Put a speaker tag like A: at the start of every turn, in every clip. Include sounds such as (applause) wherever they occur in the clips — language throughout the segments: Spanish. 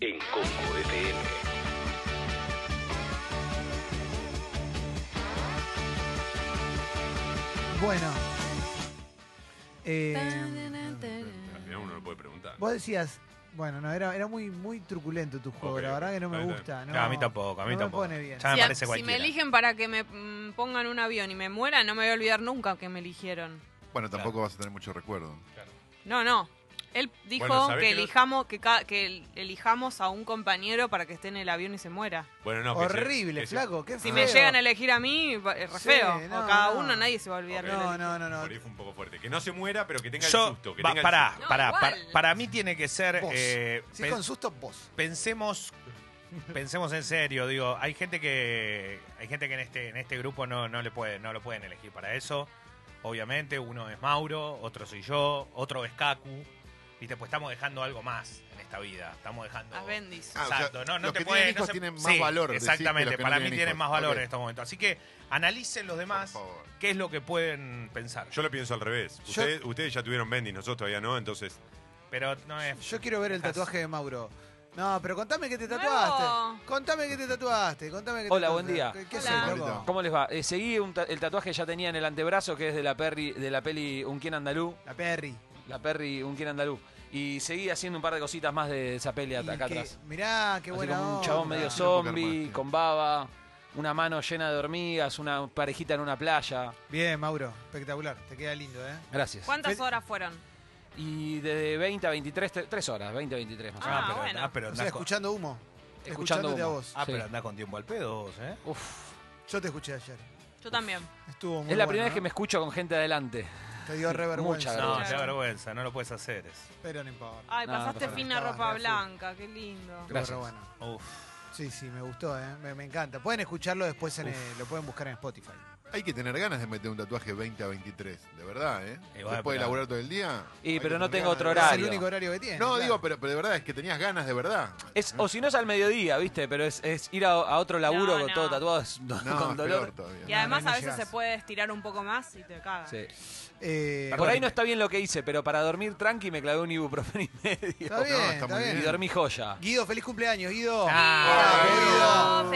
A: en Congo FM.
B: Bueno. Eh,
C: Al final uno lo puede preguntar.
B: vos decías, bueno, no, era, era muy, muy truculento tu juego,
C: Ok,
B: la
C: ok.
B: verdad que no me
C: Está bien,
B: gusta. No,
D: No, a mí tampoco, a mí
B: no
D: tampoco.
B: Me pone bien.
D: Ya me
E: Si, a-
D: parece
E: si me
D: cualquiera.
E: eligen para que me mm, pongan un avión y me muera, no me voy a olvidar nunca que me eligieron.
F: Bueno, tampoco vas a tener mucho recuerdo.
E: No, no. Él dijo
C: Bueno, ¿sabés
E: que
C: que lo-
E: elijamos que, ca- que el- elijamos a un compañero para que esté en el avión y se muera.
C: Bueno, no, que se-
B: Horrible,
C: que se-
B: flaco. qué
E: Si
B: feo.
E: me llegan a elegir a mí, va- es re
B: Sí,
E: feo.
B: no,
E: o cada
B: no.
E: uno nadie se va a olvidar.
C: Ok.
E: que lo
B: No,
E: elegí.
B: no, no, no.
C: Por ahí fue un poco fuerte. Que no se muera, pero que tenga el
D: Yo,
C: susto. Que
D: va-
C: tenga el
D: pará,
C: susto.
E: No,
D: pará,
E: igual.
D: para, para mí tiene que ser...
B: Vos.
D: eh,
B: Si
D: pe-
B: es con susto, vos.
D: pensemos pensemos en serio digo hay gente que hay gente que en este en este grupo no, no le puede no lo pueden elegir para eso obviamente uno es Mauro otro soy yo otro es Kaku viste pues estamos dejando algo más en esta vida estamos dejando
E: Las bendis.
F: Ah, o sea,
D: Exacto, no, no
F: los
D: te
F: que
D: puede-
F: tienen
D: no
F: hijos
D: se-
F: tienen más
D: sí,
F: valor, decís, que los
D: Exactienen,
F: que no
D: para mí
F: tienen
D: tienen
F: hijos.
D: más valor
F: Ok.
D: en estos momentos. Así que analicen los demás
F: Por favor.
D: qué es lo que pueden pensar.
C: Yo lo pienso al revés.
B: Yo- Ah,
C: Ustedes, ustedes ya tuvieron Bendy, nosotros todavía no, entonces.
D: Pero no es.
B: Yo quiero ver el
D: Dejas-
B: tatuaje de Mauro. No, pero contame qué te
E: Nuevo.
B: tatuaste. Contame qué te tatuaste. Contame qué te
G: Hola, buen
B: tatuaste.
G: día.
B: ¿Qué- qué
E: Hola.
B: sos, loco?
F: Maurito.
G: ¿Cómo les va? Eh, seguí un ta- el tatuaje que ya tenía en el antebrazo, que es de la, perri, de la peli Un Quien Andalú.
B: La Perry.
G: La Perry, Un Quien Andalú. Y seguí haciendo un par de cositas más de esa peli
B: Y
G: acá
B: que-
G: atrás.
B: Mirá, qué
G: Así
B: buena
G: como un
B: onda. Ah,
G: chabón medio zombie,
F: armaste.
G: con baba, una mano llena de hormigas, una parejita en una playa.
B: Bien, Mauro. Espectacular. Te queda lindo, ¿eh?
G: Gracias.
E: ¿Cuántas
B: Fe-
E: horas fueron?
G: Y desde 20 a 23, 3 horas, 20 a 23 más o menos.
E: Ah,
D: pero,
E: bueno.
D: ah, pero
B: O
D: andás
B: sea,
D: con,
B: escuchando humo.
G: Escuchando
B: Escuchándote a
G: humo.
B: vos.
D: ah, pero
G: sí.
D: andás con tiempo al pedo vos, ¿eh?
E: Ah.
G: Uf.
B: Yo te escuché ayer.
E: Yo también.
B: Estuvo muy
G: es la
B: bueno,
G: primera vez
B: ¿no?
G: que me escucho con gente adelante.
B: Te dio re vergüenza.
G: Mucha
D: No,
G: Claro.
D: te da vergüenza, no lo puedes hacer. es-
B: Pero no importa.
E: Ay,
G: No,
E: pasaste
G: pero
E: fina
B: estabas,
E: ropa
B: Rafi.
E: blanca, qué lindo.
B: Estuvo
G: Gracias.
B: re bueno.
D: Uf.
B: Sí, sí, me gustó, ¿eh? Me, me encanta. Pueden escucharlo después en el- lo pueden buscar en Spotify.
F: Hay que tener ganas de meter un tatuaje 20 a 23, de verdad, ¿eh?
D: Y bueno,
F: Después
D: pero-
F: de laburar todo el día.
G: Y,
F: hay
G: pero
F: que
G: no
F: tener
G: tengo
F: ganas
G: otro
F: de
G: horario.
F: verdad.
B: Es el único horario que tiene.
F: No,
B: claro.
F: digo, pero, pero de verdad es que tenías ganas de verdad.
G: Es, o si no es al mediodía, ¿viste? Pero es, es ir a, a otro
E: No,
G: laburo con
E: no.
G: todo tatuado es-
F: No,
G: con
F: es
G: dolor.
F: peor todavía.
E: Y además
B: no
E: a veces
B: llegás.
E: se puede estirar un poco más y te cagas.
G: Sí.
B: Eh,
G: Por ahí no está bien lo que hice, pero para dormir tranqui me clavé un ibuprofeno y medio.
B: Está bien,
F: No, está
B: está,
F: muy
B: bien.
G: Y dormí joya.
B: Guido, feliz cumpleaños, Guido.
D: Ah,
B: Capo, Guido.
E: Guido, Oh,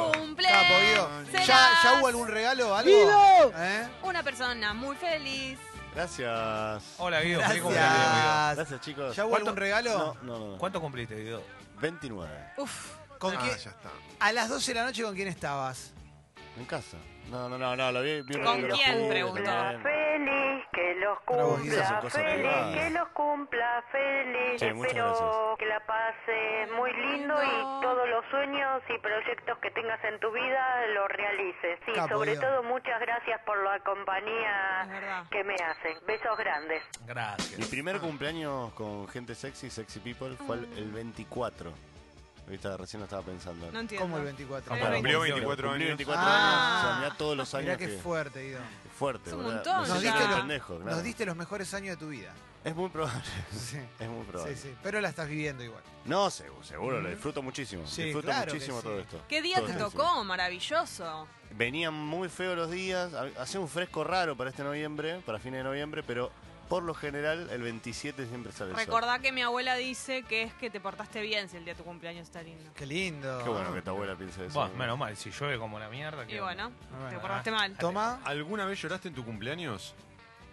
E: ¡Feliz cumple!
B: Capo, Guido.
E: Serás
B: ¿Ya, ya hubo algún regalo? ¿Algo?
G: Guido.
B: ¿Eh?
E: Una persona muy feliz.
H: Gracias.
D: Hola, Guido. feliz cumpleaños, Guido.
B: Gracias.
H: Gracias, chicos.
B: ¿Ya hubo
D: ¿Cuánto-
B: algún regalo?
H: No, no, no.
D: ¿Cuánto cumpliste, Guido?
H: 29.
E: Uf,
B: ¿Con
F: Ah,
B: quién-
F: ya está.
B: A las 12 de la noche, ¿con quién estabas?
H: En casa. No, no, no, no. Lo vi, vi
E: ¿Con
H: vi- lo
E: quién?
H: vi-
E: Preguntó.
H: también.
I: Feliz, que los
B: Para vos,
H: Esas son
I: cumpla,
H: cosas
I: feliz,
H: privadas.
I: que los cumpla, feliz.
H: Sí, muchas
I: Espero
H: gracias.
I: que la pases muy lindo
E: Lindo.
I: y todos los sueños y proyectos que tengas en tu vida los realices. Y
B: Capo,
I: sobre
B: Diego.
I: todo muchas gracias por la
E: Es verdad.
I: compañía que me hacen. Besos grandes.
H: Mi
D: Gracias.
H: primer cumpleaños con gente sexy, sexy people, fue el, el 24. Ahorita recién lo estaba pensando.
E: no entiendo.
B: ¿Cómo el 24?
E: Como el
C: Ah, Cumplió 24
H: Cumplí
C: años.
H: 24
B: Ah.
H: años. O sea, mirá todos los años
B: Mirá qué
H: que-
B: fuerte, Guido.
H: Fuerte,
E: Es un
H: ¿verdad?
E: montón,
H: No sé
B: Nos
H: si
E: ya.
B: diste,
H: soy
B: los,
H: pendejo, claro.
B: nos diste los mejores años de tu vida.
H: Es muy probable.
B: (laughs) Sí.
H: Es muy
B: Sí,
H: probable.
B: sí. Pero la estás viviendo igual.
H: No, seguro, seguro, lo disfruto muchísimo.
B: Sí,
H: disfruto
B: claro que
H: muchísimo
B: sí.
H: todo esto.
E: ¿Qué día
H: Todo
E: te
H: esto,
E: tocó? Maravilloso.
H: sí. Venían muy feos los días, ha- hacía un fresco raro para este noviembre, para fines de noviembre, pero por lo general el 27 siempre sale el sol.
E: Recordá que mi abuela dice que es que te portaste bien si el día de tu cumpleaños está lindo.
B: Qué lindo.
H: Qué bueno que tu abuela piense eso.
D: Bueno, menos mal, si llueve como la mierda.
E: Y
D: ¿qué
E: bueno,
B: Ah, bueno,
E: te portaste mal.
B: Toma,
C: Ah. ¿Alguna vez lloraste en tu cumpleaños?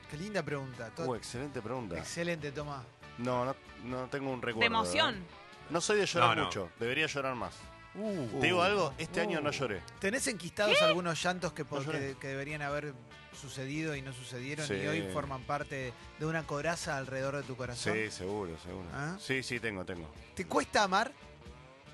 B: qué linda pregunta. To-
H: Uh, excelente pregunta.
B: Excelente, Tomá.
H: No, no, no tengo un recuerdo.
E: De emoción.
H: ¿eh? No soy de llorar
C: No, no.
H: mucho, debería llorar más.
B: Uh.
H: ¿Te digo algo? Este año no
B: Uh.
H: lloré.
B: ¿Tenés enquistados algunos llantos que, po-
H: No lloré.
B: que, que deberían haber sucedido y no sucedieron
H: Sí.
B: y hoy forman parte de una coraza alrededor de tu corazón?
H: Sí, seguro, seguro.
B: ¿Ah?
H: Sí, sí, tengo, tengo.
B: ¿Te cuesta amar?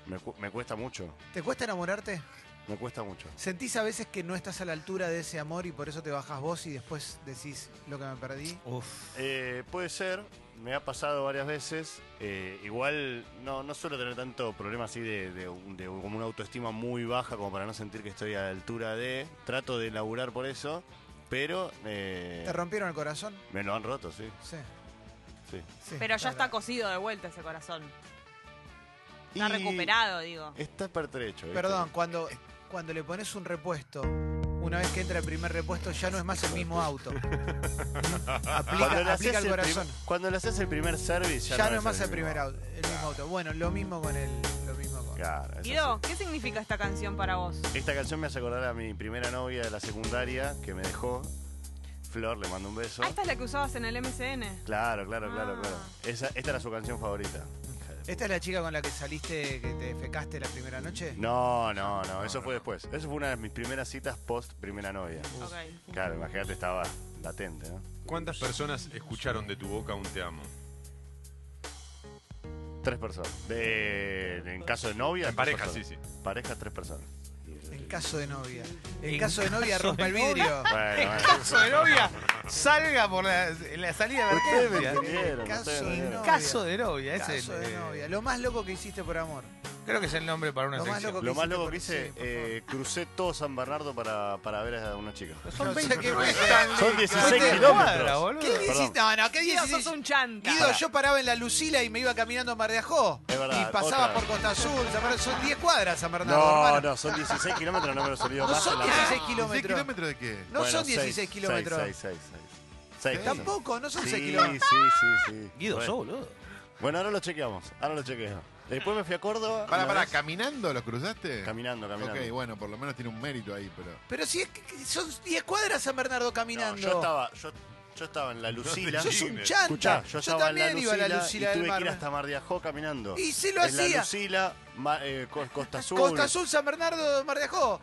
H: Me, cu- me cuesta mucho,
B: ¿Te cuesta enamorarte?
H: me cuesta mucho.
B: ¿Sentís a veces que no estás a la altura de ese amor y por eso te bajás vos y después decís lo que me perdí?
D: Uf.
H: Eh, puede ser, me ha pasado varias veces. Eh, igual no, no suelo tener tanto problema así de, de un- de eh, como una autoestima muy baja como para no sentir que estoy a la altura de. Trato de laburar por eso, pero eh,
B: ¿Te rompieron el corazón?
H: me lo han roto, sí.
B: Sí.
H: sí.
B: sí.
E: Pero ya está
B: Claro.
E: cosido de vuelta ese corazón. Está
H: Y
E: recuperado, digo.
H: Está pertrecho. ¿viste?
B: Perdón, cuando, cuando le pones un repuesto una vez que entra el primer repuesto ya no es más el mismo
H: (laughs)
B: auto.
H: Cuando le
B: aplica
H: haces
B: aplica el
H: el prim-
B: corazón.
H: Cuando le haces el primer service, ya,
B: Ya, no es más
H: el
B: el primer auto, el mismo auto. Bueno, lo mismo con el. Lo mismo con.
H: Claro, es
E: Guido, ¿qué significa esta canción para vos?
H: así. Esta canción me hace acordar a mi primera novia de la secundaria que me dejó. Flor, le mando un beso.
E: Ah, esta es la que usabas en el MCN.
H: Claro, claro, claro,
E: Ah.
H: claro. Esa, esta era su canción favorita.
B: ¿Esta es la chica con la que saliste, que te defecaste la primera noche?
H: No, no, no, eso fue después. Eso fue una de mis primeras citas post primera novia.
E: Ok.
H: Claro, imagínate, estaba latente, ¿no?
C: ¿Cuántas personas escucharon de tu boca un te amo?
H: Tres personas. De, en caso de novia.
C: En
H: tres
C: pareja, sí,
H: personas.
C: sí.
H: Parejas, tres personas.
B: En caso de novia. En
D: En
B: caso de novia
D: caso
B: rompa
D: de
B: el vidrio.
H: Bueno, bueno.
D: (laughs) Caso de novia, salga por la, la salida de
H: Ustedes me
D: emergencia.
H: entendieron,
B: En caso
H: ustedes me
B: de
H: entendieron.
B: novia.
D: Caso de novia, ese
B: Caso de
D: eh,
B: novia. Lo más loco que hiciste por amor.
D: Creo que es el nombre para una
B: Lo más
D: sección.
B: loco
H: Lo más loco que
B: hiciste
H: hice,
B: por- sí, por favor.
H: eh, crucé todo San Bernardo para, para ver a una chica.
D: Son
B: No sé
D: 20
B: qué
D: kilómetros.
H: Son 16
D: Cuadra,
H: kilómetros.
D: boludo.
B: ¿Qué
H: Perdón.
B: hiciste? No, no, ¿qué
E: Guido, sos
B: hiciste?
E: un chanta.
B: Guido, yo paraba en la Lucila y me iba caminando a Mar de Ajó.
H: Es verdad,
B: y pasaba
H: otra
B: por
H: vez.
B: Costa Azul. San Bernardo. Son 10 cuadras San Bernardo,
H: No,
B: hermano.
H: no, son 16 kilómetros, no me lo salió
B: No
H: más.
B: son
H: en la-
B: 16
F: ¿16
B: kilómetros.
F: kilómetros de qué? ¿Eh?
B: No
H: Bueno,
B: son 16
H: seis,
B: kilómetros.
H: seis, seis, seis, seis. Seis.
B: Tampoco, no son
H: Sí,
B: 6
H: sí,
B: kilómetros.
H: sí, sí.
D: Guido,
H: bueno,
D: sos boludo.
H: Bueno, ahora lo chequeamos, ahora lo chequeamos. Después me fui a Córdoba.
F: Para,
H: una
F: para,
H: vez-
F: ¿caminando los cruzaste?
H: Caminando, caminando.
F: Ok, bueno, por lo menos tiene un mérito ahí, pero.
B: Pero si es que- que son 10 cuadras San Bernardo
H: No,
B: caminando.
H: yo estaba, yo, yo estaba en la
B: (laughs)
H: Lucila.
B: Sos un
C: Indignes.
B: chanta.
H: Escuchá, yo, estaba en la
B: también
H: Lucila,
B: iba a la Lucila
H: y
B: del
H: tuve que
B: Mar.
H: ir hasta Mar de Ajó caminando.
B: Y sí lo
H: en la
B: hacía.
H: Lucila, ma- eh, Co- Costa Azul.
B: Costa Azul, San Bernardo, Mar de Ajó.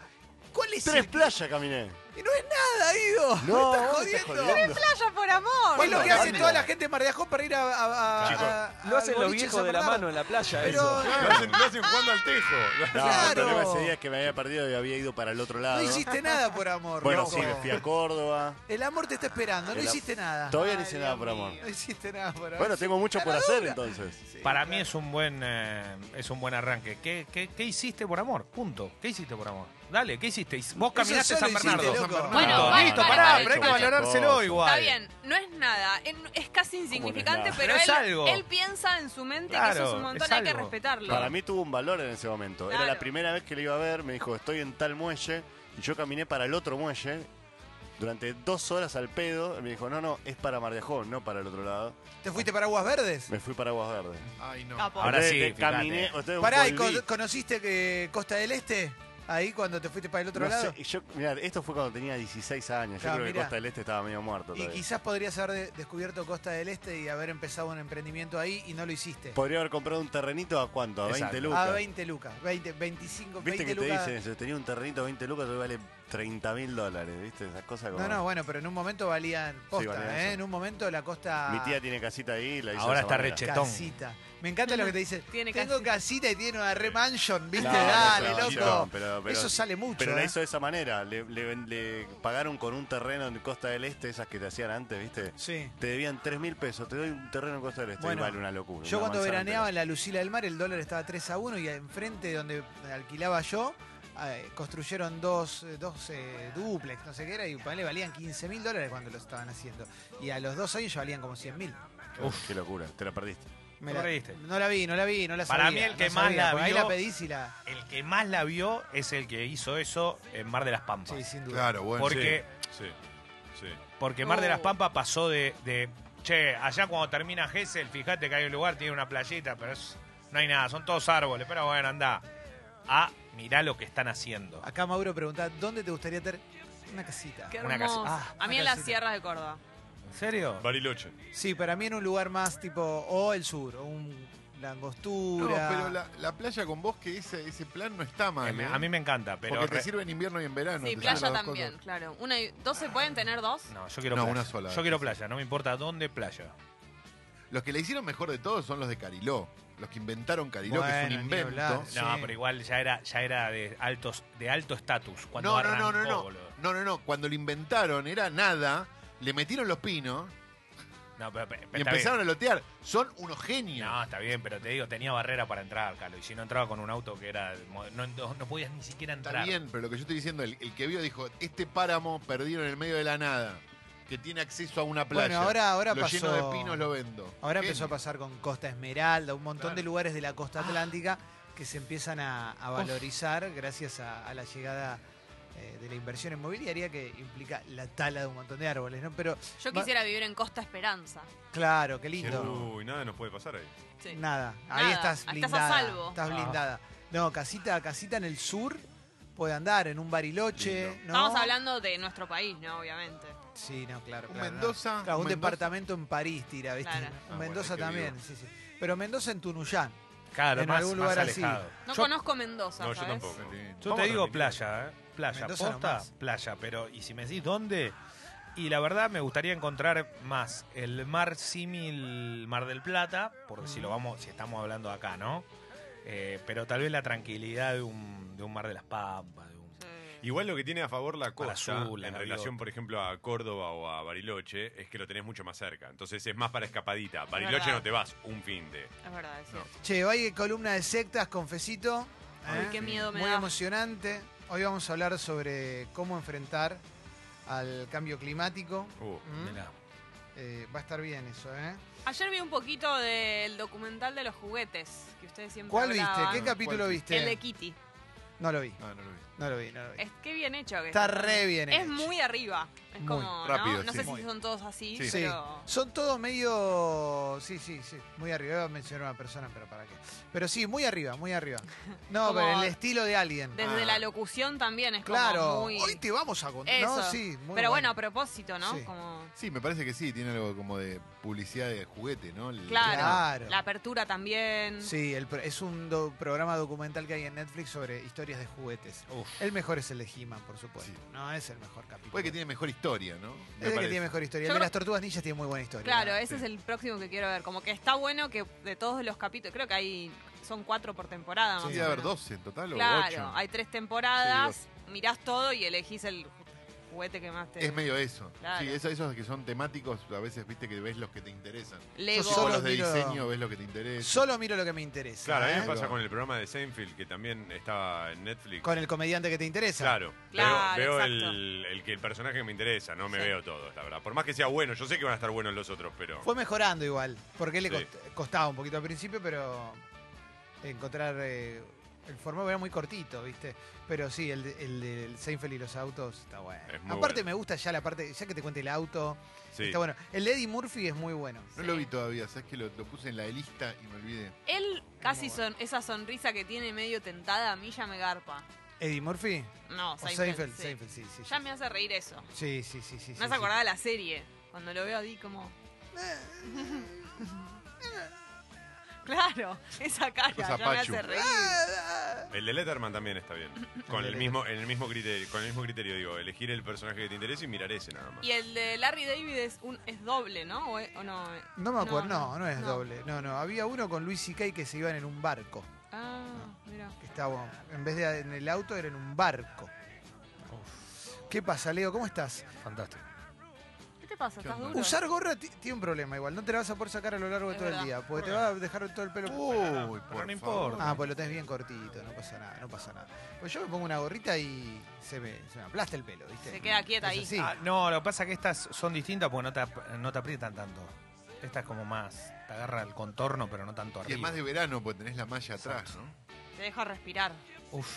B: ¿Cuál es
H: Tres
B: el-
H: playas caminé.
B: Y no es nada, Guido. me estás
H: No, vos me estás
B: jodiendo.
H: jodiendo.
E: Playa por amor.
B: Es lo que hace
H: ¿Cuándo?
B: toda la gente de Mar de Ajó para ir a. a- a-
C: Chicos,
B: a-
G: Lo
B: al
G: hacen los
B: boliche
G: viejos
B: San
G: de la
B: Bernardo.
G: mano en la playa.
B: Pero-
G: eso.
C: Lo hacen, lo hacen jugando al tejo.
H: No, el
B: Claro.
H: problema ese día es que me había perdido y había ido para el otro lado.
B: No hiciste nada por amor.
H: bueno,
B: loco.
H: sí, me fui a Córdoba.
B: El amor te está esperando, no
H: El am-
B: hiciste nada.
H: Todavía no hice nada por amor.
B: No hiciste nada por amor.
H: Bueno, tengo mucho por hacer entonces.
D: Para mí es un buen eh, es un buen arranque. ¿Qué, qué, qué hiciste por amor? Punto. ¿Qué hiciste por amor? Dale, ¿qué hiciste? Vos caminaste
B: Eso solo
D: San Bernardo.
B: hiciste, loco.
E: Bueno,
D: Punto.
E: vale,
D: listo,
E: vale,
D: pará,
E: vale,
D: pero hay que
H: muchas
D: valorárselo
H: cosas.
D: igual.
E: Está bien, no es nada, en- es casi insignificante,
H: nada?
E: pero
D: Pero es
E: él,
D: algo.
E: él piensa en su mente que
D: Claro,
E: eso es un montón,
D: es
E: hay que
D: algo.
E: respetarlo.
H: Para mí tuvo un valor en ese momento. Era
E: Claro.
H: la primera vez que le iba a ver, me dijo, estoy en tal muelle, y yo caminé para el otro muelle durante dos horas al pedo, y me dijo, no, no, es para Mar de Ajó, no para el otro lado.
B: ¿Te fuiste para Aguas Verdes?
H: Me fui para Aguas Verdes.
F: Ay, no.
E: Capo.
D: Ahora
H: Entonces,
D: sí,
H: te-
D: fíjate.
H: caminé. entonces
B: Pará, ¿y
H: volví.
B: co- conociste que Costa del Este? Ahí cuando te fuiste para el otro
H: No
B: lado.
H: sé, yo- mirá, esto fue cuando tenía 16 años. Yo
B: Claro,
H: creo que
B: mirá.
H: Costa del Este estaba medio muerto
B: Y
H: todavía.
B: quizás podrías haber de- descubierto Costa del Este y haber empezado un emprendimiento ahí y no lo hiciste.
H: Podría haber comprado un terrenito a cuánto? A 20
D: Exacto.
H: lucas.
B: A 20 lucas, 20, 25,
H: ¿Viste
B: 20
H: que te
B: lucas.
H: dicen eso? Tenía un terrenito a 20 lucas, hoy vale 30 mil dólares, ¿viste? Esas cosas como...
B: No, no, bueno, pero en un momento valían posta,
H: valían
B: ¿eh?
H: eso.
B: En un momento la costa
H: Mi tía tiene casita ahí, la hizo
D: Ahora
H: de esa
D: está
H: manera.
D: reche- Chetón.
B: casita. Me encanta lo que te dicen.
E: (laughs) Tiene
B: Tengo
E: casita.
B: casita y tiene una re
C: Sí.
B: mansion, ¿viste?
H: No, no,
B: Dale,
H: no,
B: loco.
H: no, pero- pero-
B: Eso sale mucho.
H: Pero
B: ¿eh?
H: la hizo de esa manera, le, le- le pagaron con un terreno en Costa del Este, esas que te hacían antes, ¿viste?
B: Sí.
H: Te debían 3 mil pesos, te doy un terreno en Costa del Este, y
B: Bueno,
H: vale una locura.
B: Yo
H: una
B: cuando
H: manzana
B: veraneaba en la
H: entera.
B: Lucila del Mar, el dólar estaba 3 a 1 y enfrente donde alquilaba yo, eh, construyeron dos, eh, dos eh, duplex, no sé qué era, y le valían 15 mil dólares cuando lo estaban haciendo. Y a los dos años ya valían como 100 mil.
H: Uf, qué locura, te la perdiste.
B: Me
D: Lo
B: la-
D: reíste.
B: No la vi, no la vi, no la
D: Para
B: sabía,
D: mí el
B: no
D: que más la
B: porque Ahí
D: vio-
B: la pedís y la...
D: El que más la vio es el que hizo eso en Mar de las Pampas.
B: Sí, sin duda.
F: Claro, bueno.
D: Por- Porque-
C: Sí, sí. sí.
D: Porque Mar de las
E: Oh.
D: Pampas pasó de, de, Che, allá cuando termina Gessel, fíjate que hay un lugar, tiene una playita, pero es- no hay nada, son todos árboles, pero bueno, anda. A mirá lo que están haciendo.
B: Acá Mauro preguntaba, ¿dónde te gustaría tener una casita?
E: Qué
D: Una casa-
E: hermoso.
D: ah,
E: a mí
B: una
E: en las
B: casita.
E: sierras de Córdoba.
D: ¿En serio?
C: Bariloche.
B: Sí, para mí en un lugar más tipo, o el sur, o un, la
F: No,
B: angostura.
F: pero la, la playa con bosque, ese, ese plan no está mal.
D: Eh,
F: ¿eh?
D: A mí me encanta, pero.
F: Porque te
D: re-
F: sirve en invierno y en verano.
E: Sí,
F: te sirven
E: playa
F: las dos
E: también, claro. Una y- ¿Dos se pueden tener dos?
D: No, yo quiero
F: No,
D: playa.
F: una sola.
D: Yo quiero playa, no me importa dónde playa.
F: cosas. Los que la hicieron mejor de todos son los de Cariló. Los que inventaron Cariló, que es
B: Bueno,
F: un
B: ni
F: invento.
B: hablar.
D: No,
B: Sí.
D: pero igual ya era, ya era de altos, de alto estatus. Cuando
F: No, no, no, no,
D: arrancó,
F: no.
D: boludo.
F: No, no, no. Cuando lo inventaron era nada. Le metieron los pinos
D: No, pero- pero-
F: y
D: está
F: empezaron a lotear. Son unos genios.
D: bien. No, está bien, pero te digo, tenía barrera para entrar, Calo. Y si no entraba con un auto que era. mo- No, no- no podías ni siquiera
F: Está
D: entrar.
F: bien, pero lo que yo estoy diciendo, el, el que vio dijo, este páramo perdido en el medio de la nada, que tiene acceso a una playa.
B: Bueno, ahora- ahora
F: lo lleno
B: pasó-
F: de pinos lo vendo.
B: Ahora
F: Genio.
B: empezó a pasar con Costa Esmeralda, un montón de lugares de la
F: Ah.
B: costa atlántica que se empiezan a, a valorizar gracias a, a la llegada eh, de la inversión inmobiliaria que implica la tala de un montón de árboles, ¿no? Pero,
E: Yo quisiera vivir en Costa Esperanza.
B: claro, qué lindo.
C: Uy, nada nos puede pasar ahí.
E: Sí.
B: Nada, ahí
E: Nada,
B: estás
E: estás a
B: blindada.
E: salvo.
B: Estás
D: Ah.
B: blindada. No, casita, casita en el sur puede andar, en un bariloche,
C: Lindo.
B: ¿no?
E: Estamos hablando de nuestro país, ¿no? Obviamente.
B: Sí, no, claro.
F: Un
B: claro, no.
F: Mendoza.
B: Claro, un
F: Mendoza.
B: departamento en París tira, ¿viste?
E: Claro.
B: Un
F: Ah,
B: Mendoza
F: bueno, qué
B: también, sí, sí. Pero Mendoza en Tunuyán.
D: Claro,
B: En
D: más,
B: algún
D: más
B: lugar así.
D: alejado.
E: No
D: Yo-
E: conozco Mendoza,
C: No, yo
E: ¿sabes?
C: tampoco.
D: Yo te digo playa, ¿eh? Playa,
B: Mendoza
D: posta,
B: nomás.
D: playa, pero ¿y si me decís dónde? Y la verdad me gustaría encontrar más el mar símil Mar del Plata, porque si lo vamos, si estamos hablando acá, ¿no? Eh, pero tal vez la tranquilidad de un, de un Mar de las Pampas, de un-
E: Sí.
C: Igual lo que tiene a favor la costa,
D: azul, la
C: en
D: gaviota.
C: relación, por ejemplo, a Córdoba o a Bariloche, es que lo tenés mucho más cerca. Entonces es más para escapadita. Bariloche
E: verdad.
C: no te vas un fin de.
E: Es verdad, es cierto.
B: Che, hay columna de sectas, confesito.
E: Ay,
B: ¿eh?
E: qué miedo me
B: Muy
E: da.
B: emocionante. Hoy vamos a hablar sobre cómo enfrentar al cambio climático.
C: Uh,
B: ¿Mm?
D: Mirá.
B: Eh, va a estar bien eso, ¿eh?
E: Ayer vi un poquito del documental de los juguetes que ustedes siempre
B: ¿Cuál viste?
E: hablaban.
B: ¿Qué capítulo
F: ¿Cuál?
B: viste?
E: El de Kitty.
B: No lo vi,
F: Ah, no lo vi.
B: no lo vi, no lo vi.
E: Es que bien hecho. que
B: Está re bien
E: Es
B: hecho.
E: muy arriba. Es
B: Muy
E: como,
F: rápido,
E: ¿no? No
F: sí.
E: sé si
B: Muy.
E: son todos así,
F: Sí.
B: Sí.
E: pero...
B: Son todos medio. Sí, sí, sí. Muy arriba. Iba a mencionar a una persona, pero para qué. Pero sí, muy arriba, muy arriba.
E: (laughs)
B: No,
E: Como-
B: pero el estilo de alguien.
E: Desde
F: Ah.
E: la locución también es
B: Claro.
E: como muy...
B: Hoy te vamos a contar.
E: Eso.
B: No, sí. muy
E: pero bueno, a propósito, ¿no?
B: Sí.
E: Como...
F: Sí, me parece que sí, tiene algo como de publicidad de juguete, ¿no? El-
E: Claro.
B: Claro.
E: La apertura también.
B: Sí, el pro- es un do- programa documental que hay en Netflix sobre historias de juguetes.
D: Uf.
B: El mejor es el de He-Man, por supuesto.
F: Sí.
B: No, es el mejor capítulo.
F: Puede que tiene mejor historia, ¿no?
B: es el que tiene mejor historia. El
E: Yo
B: de
E: creo-
B: las tortugas ninjas tiene muy buena historia.
E: Claro,
B: ¿no?
E: ese es el próximo que quiero ver. Como que está bueno que de todos los capítulos, creo que hay son cuatro por temporada. más
F: Sí,
E: o
F: debe haber
E: menos.
F: 12 en total o
E: Claro,
F: 8.
E: hay tres temporadas, mirás todo y elegís el juguete que más te...
F: Es medio eso.
E: Este, Claro.
F: Sí, es- esos que son temáticos, a veces viste que ves los que te interesan.
E: Lego.
B: Sos
F: Tipo
B: Solo
F: los de
B: miro-
F: diseño, ves lo que te interesa.
B: Solo miro lo que me interesa.
C: Claro, a mí
B: ¿eh?
C: me pasa con el programa de Seinfeld, que también estaba en Netflix.
B: Con el comediante que te interesa.
C: Claro,
E: Claro,
C: veo, veo
E: exacto.
C: el, el que el personaje que me interesa, no me
E: Sí.
C: veo todo, la verdad. Por más que sea bueno, yo sé que van a estar buenos los otros, pero
B: Fue mejorando igual, porque le
C: Sí.
B: cost- costaba un poquito al principio, pero encontrar eh, el formato era muy cortito, ¿viste? Pero sí, el, de- el del Seinfeld y los autos está bueno.
C: Es muy
B: Aparte
C: bueno.
B: me gusta ya la parte, ya que te cuente el auto,
C: sí.
B: está bueno. El de Eddie Murphy es muy bueno.
F: No lo vi todavía, sabes que lo, lo puse en la lista y me olvidé.
E: Él casi
B: Muy bueno.
E: son, esa sonrisa que tiene medio tentada a mí ya me garpa.
B: ¿Eddie Murphy?
E: No,
B: O
E: Seinfeld,
B: Seinfeld,
E: sí.
B: Seinfeld, sí, sí.
E: Ya
B: sí.
E: me hace reír eso. Me
B: Sí, sí, sí, sí. sí,
E: hace
B: sí.
E: acordar a la serie. Cuando lo veo ahí como...
B: (laughs)
E: claro, esa cara ya
F: Cosa
E: me
F: pachu.
E: hace reír.
C: El de Letterman también está bien. Con el mismo, en el mismo criterio, con el mismo criterio, digo, elegir el personaje que te interesa y mirar ese nada más.
E: Y el de Larry David es, un, es doble, ¿no? ¿O, es- o no?
B: No me acuerdo, no, no, es
E: no.
B: doble. No, no, había uno con Luis y que se iban en un barco.
E: Ah, mira.
B: que estaba en vez de en el auto era en un barco. ¿Qué pasa, Leo? ¿Cómo estás?
D: Fantástico.
E: ¿Qué te pasa?
F: ¿Qué
E: ¿Estás
F: onda?
E: duro?
B: Usar gorra ti- tiene un problema igual, no te la vas a poder sacar a lo largo de
E: Es
B: todo el
E: verdad. Uh,
B: día, porque te va a dejar todo el pelo.
F: Uy,
D: Pero
F: por
D: no
F: favor.
D: importa.
B: Ah, pues lo tenés bien cortito, no pasa nada, no pasa nada. Pues yo me pongo una gorrita y se me, se me aplasta el pelo, ¿viste?
E: Se queda quieta
B: Es
E: ahí.
B: así.
D: Ah, no, lo que pasa es que estas son distintas porque no te, ap- no te aprietan tanto. Esta es como más, te agarra el contorno, pero no tanto
F: Y
D: arriba.
F: es más de verano, porque tenés la malla atrás, ¿no?
E: Te deja respirar,
D: Uf,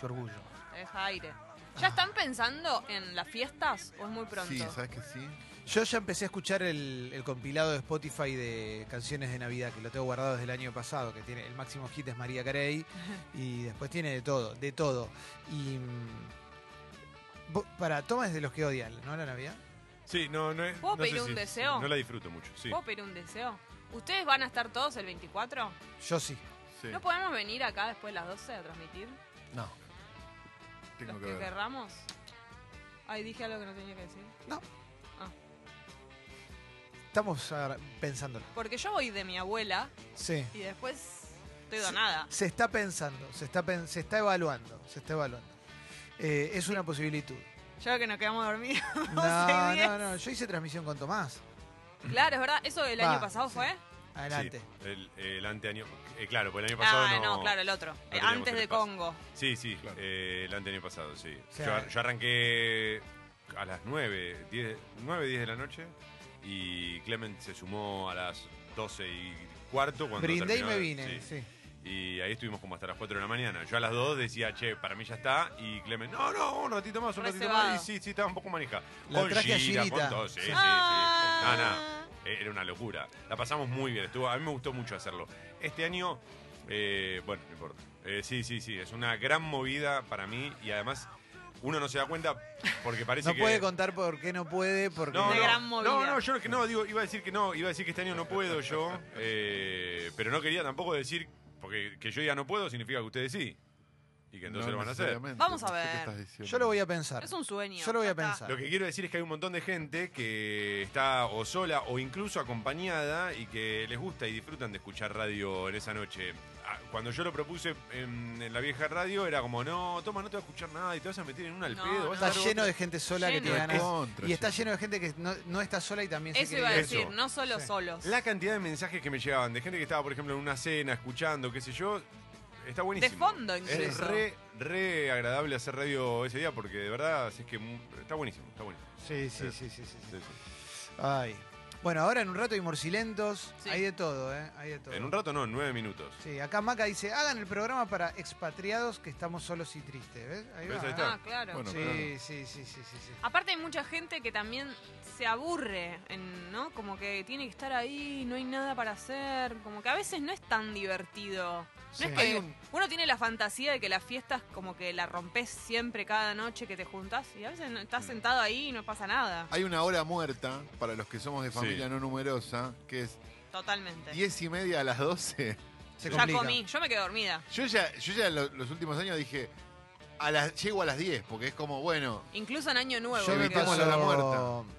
D: qué orgullo.
E: te deja aire.
B: Ah.
E: ¿Ya están pensando en las fiestas o es muy pronto?
F: Sí, ¿sabes que sí?
B: Yo ya empecé a escuchar el, el compilado de Spotify de canciones de Navidad, que lo tengo guardado desde el año pasado, que tiene el máximo hit es María
E: (laughs)
B: Carey, y después tiene de todo, de todo. Y mm, vo- para Toma es de los que odian, ¿no? La Navidad.
C: Sí, no, no es.
E: ¿Puedo
C: no sé
E: pedir un
C: si-
E: deseo?
C: No la disfruto mucho, sí.
E: ¿Puedo pedir un deseo? ¿Ustedes van a estar todos el 24?
B: Yo sí.
F: Sí,
E: ¿No podemos venir acá después de las 12 a transmitir?
D: No.
F: tengo
E: los
F: que
E: que
F: ver.
E: querramos. Ay, dije algo que no tenía que decir.
B: Estamos ah, pensándolo.
E: Porque yo voy de mi abuela
B: Sí.
E: y después estoy donada.
B: Se está pensando, se está, pen- se está evaluando, se está evaluando. Eh, es una
E: (laughs)
B: posibilidad.
E: Yo creo que nos quedamos dormidos. (laughs)
B: No,
E: diez.
B: no, no. Yo hice transmisión con Tomás.
E: Claro, es verdad. ¿Eso del
B: Va,
E: año pasado
B: sí.
E: fue?
B: Adelante.
C: Sí, el, el anteaño. eh, claro, porque el año pasado
E: Ah,
C: no.
E: no, claro, el otro. Eh,
C: teníamos
E: antes
C: el
E: de
C: espacio.
E: Congo.
C: Sí, sí,
F: Claro.
C: eh, el anteaño pasado, sí. Yo,
B: Claro.
C: ar- yo arranqué a las 9, 10, 9, 10 de la noche y Clement se sumó a las 12 y cuarto cuando
B: Brindé y
C: terminó
B: me
C: de-
B: vine.
C: sí.
B: sí.
C: Y ahí estuvimos como hasta las 4 de la mañana. Yo a las 2 decía, che, para mí ya está. Y Clemen, no, no, un ratito más, un ratito
E: Reservado.
C: más. Y sí, sí, estaba un poco manija.
B: La
C: con
B: traje a
C: gira,
B: Girita.
C: con todo. Sí, sí, sí.
E: Ah.
C: No, no. Eh, Era una locura. La pasamos muy bien. Estuvo, a mí me gustó mucho hacerlo. Este año, eh, bueno, no importa. Eh, sí, sí, sí. Es una gran movida para mí. Y además, uno no se da cuenta
B: (laughs)
C: porque parece
B: No
C: que.
B: puede contar por qué no puede, porque
C: No,
E: Una
C: no,
E: gran movida.
C: no, no, yo no- que no, digo, iba a decir que no, iba a decir que este año no puedo yo, eh, pero no quería tampoco decir, porque que yo diga no puedo significa que ustedes sí, y que entonces
F: No
C: lo van a hacer.
F: necesariamente,
E: Vamos a
F: no sé qué
E: ver.
F: estás diciendo.
B: yo lo voy a pensar.
E: Es un sueño.
B: Yo lo voy a
E: ya está.
B: pensar.
C: Lo que quiero decir es que hay un montón de gente que está o sola o incluso acompañada y que les gusta y disfrutan de escuchar radio en esa noche. Ah, Cuando yo lo propuse en, en la vieja radio era como, no, toma, no te vas a escuchar nada y te vas a meter en un al
E: No,
C: pedo. vas
B: Está
C: a dar
E: Claro,
B: lleno
C: otra".
B: de gente sola que te
E: Lleno.
B: gana.
F: Recontra
B: Y está
F: lleno.
B: lleno de gente que no, no está sola y también se
E: Eso
B: quiere
E: iba a
B: ir.
C: Eso.
E: decir, no solo solos.
C: La cantidad de mensajes que me llegaban de gente que estaba, por ejemplo, en una cena, escuchando, qué sé yo, está buenísimo.
E: De fondo,
C: Es
E: incluso.
C: re, re agradable hacer radio ese día porque de verdad es que mu- está buenísimo, está buenísimo.
B: Sí, sí,
C: Eh,
B: sí, sí, sí, sí.
C: Sí, sí.
B: Ay. Bueno, ahora en un rato hay morcilentos,
E: Sí.
B: hay de todo, ¿eh? Hay de todo.
C: En un rato no, en nueve minutos.
B: Sí, acá Maca dice, hagan el programa para expatriados que estamos solos y tristes, ¿ves? Ahí
C: ¿Ves?
B: va,
C: Ahí
B: ¿eh?
C: está.
E: Ah, claro.
F: Bueno,
B: sí,
F: claro.
B: sí, sí, sí, sí, sí.
E: Aparte hay mucha gente que también se aburre, en- ¿no? Como que tiene que estar ahí, no hay nada para hacer, como que a veces no es tan divertido. No
B: Sí.
E: es
B: Hay
E: que uno tiene la fantasía de que las fiestas como que la rompes siempre cada noche que te juntas y a veces no- estás sentado ahí y no pasa nada.
F: Hay una hora muerta para los que somos de familia
C: Sí.
F: no numerosa, que es
E: Totalmente.
F: 10 y media a las 12.
B: Se
E: ya
B: complica.
E: comí, yo me quedé dormida.
F: Yo ya, yo ya lo- los últimos años dije, a las, llego a las 10, porque es como, bueno,
E: Incluso en año nuevo.
F: Yo
E: me
F: me
E: quedo
F: tomo la
E: dormida.
F: hora muerta.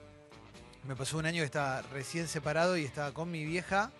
B: Me pasó un año que estaba recién separado y estaba con mi vieja